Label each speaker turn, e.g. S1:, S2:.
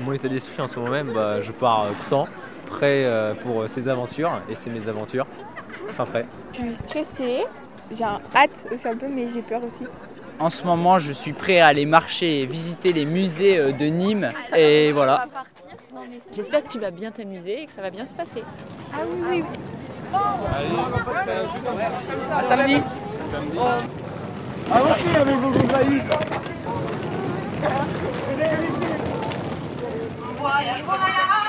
S1: Mon état d'esprit en ce moment même, bah, je pars euh, temps, prêt euh, pour euh, ces aventures, et c'est mes aventures. Enfin prêt.
S2: Je suis stressée, j'ai un hâte aussi un peu, mais j'ai peur aussi.
S3: En ce moment, je suis prêt à aller marcher et visiter les musées euh, de Nîmes. Et voilà.
S4: J'espère que tu vas bien t'amuser et que ça va bien se passer.
S2: Ah oui, oui.
S5: Voyage, voyage